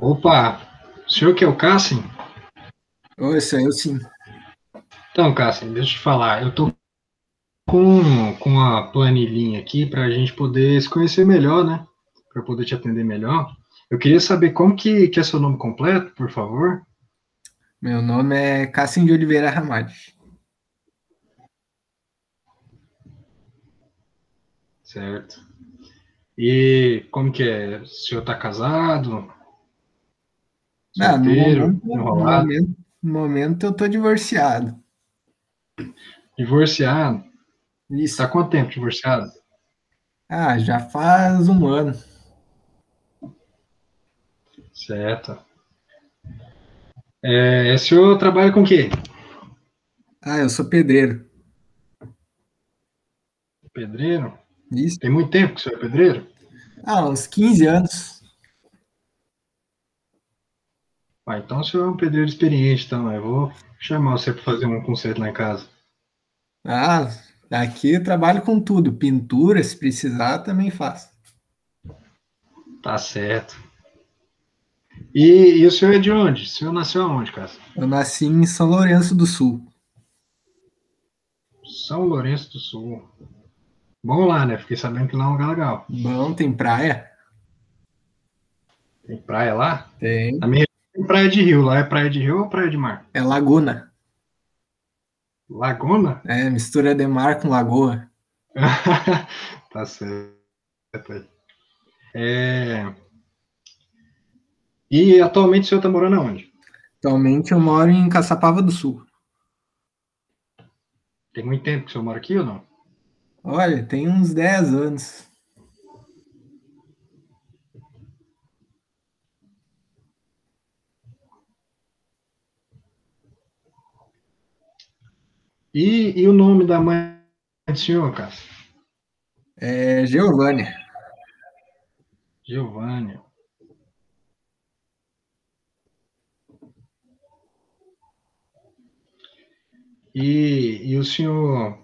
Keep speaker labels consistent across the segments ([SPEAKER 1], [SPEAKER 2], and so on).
[SPEAKER 1] Opa! O senhor que é o Cassim?
[SPEAKER 2] Oi, sou eu sim.
[SPEAKER 1] Então, Cassim, deixa eu te falar. Eu tô com, com uma planilhinha aqui para a gente poder se conhecer melhor, né? Para poder te atender melhor. Eu queria saber como que, que é seu nome completo, por favor.
[SPEAKER 2] Meu nome é Cassim de Oliveira Ramalho.
[SPEAKER 1] Certo. E como que é? O senhor tá casado?
[SPEAKER 2] Ah, no,
[SPEAKER 1] Solteiro?
[SPEAKER 2] momento, no,
[SPEAKER 1] enrolado?
[SPEAKER 2] momento, no momento eu tô divorciado.
[SPEAKER 1] Divorciado?
[SPEAKER 2] Isso.
[SPEAKER 1] Tá há quanto tempo divorciado?
[SPEAKER 2] Ah, já faz um ano.
[SPEAKER 1] Certo. É, o senhor trabalha com o quê?
[SPEAKER 2] Ah, eu sou pedreiro.
[SPEAKER 1] Pedreiro?
[SPEAKER 2] Isso.
[SPEAKER 1] Tem muito tempo que o senhor é pedreiro?
[SPEAKER 2] Ah, uns 15 anos.
[SPEAKER 1] Ah, então o senhor é um pedreiro experiente, então. Eu vou chamar você para fazer um concerto lá em casa.
[SPEAKER 2] Ah, aqui eu trabalho com tudo. Pintura, se precisar, também faço.
[SPEAKER 1] Tá certo. E, e o senhor é de onde? O senhor nasceu aonde, cara?
[SPEAKER 2] Eu nasci em São Lourenço do Sul.
[SPEAKER 1] São Lourenço do Sul. Bom lá, né? Fiquei sabendo que lá é um lugar legal.
[SPEAKER 2] Bom, tem praia?
[SPEAKER 1] Tem praia lá?
[SPEAKER 2] Tem.
[SPEAKER 1] Na minha região tem praia de rio. Lá é praia de rio ou praia de mar?
[SPEAKER 2] É laguna.
[SPEAKER 1] Laguna?
[SPEAKER 2] É, mistura de mar com lagoa.
[SPEAKER 1] tá certo. aí. É... E atualmente o senhor tá morando aonde?
[SPEAKER 2] Atualmente eu moro em Caçapava do Sul.
[SPEAKER 1] Tem muito tempo que o senhor mora aqui ou não?
[SPEAKER 2] Olha, tem uns 10 anos.
[SPEAKER 1] E, e o nome da mãe do senhor, cara?
[SPEAKER 2] É Geovânia.
[SPEAKER 1] Giovânia. E, e o senhor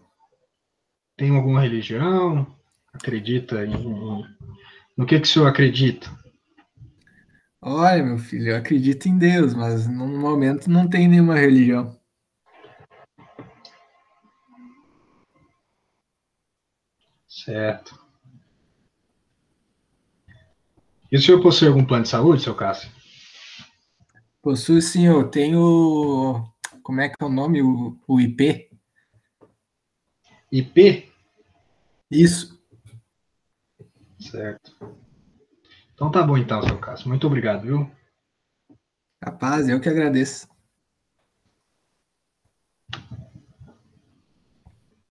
[SPEAKER 1] tem alguma religião? Acredita em. em- No que, que o senhor acredita?
[SPEAKER 2] Olha, meu filho, eu acredito em Deus, mas no momento não tem nenhuma religião.
[SPEAKER 1] Certo. E o senhor possui algum plano de saúde, seu Cássio?
[SPEAKER 2] Possuo sim, eu tenho. Como é que é o nome? O, o IP?
[SPEAKER 1] IP?
[SPEAKER 2] Isso.
[SPEAKER 1] Certo. Então tá bom então, seu Cássio. Muito obrigado, viu?
[SPEAKER 2] Rapaz, eu que agradeço.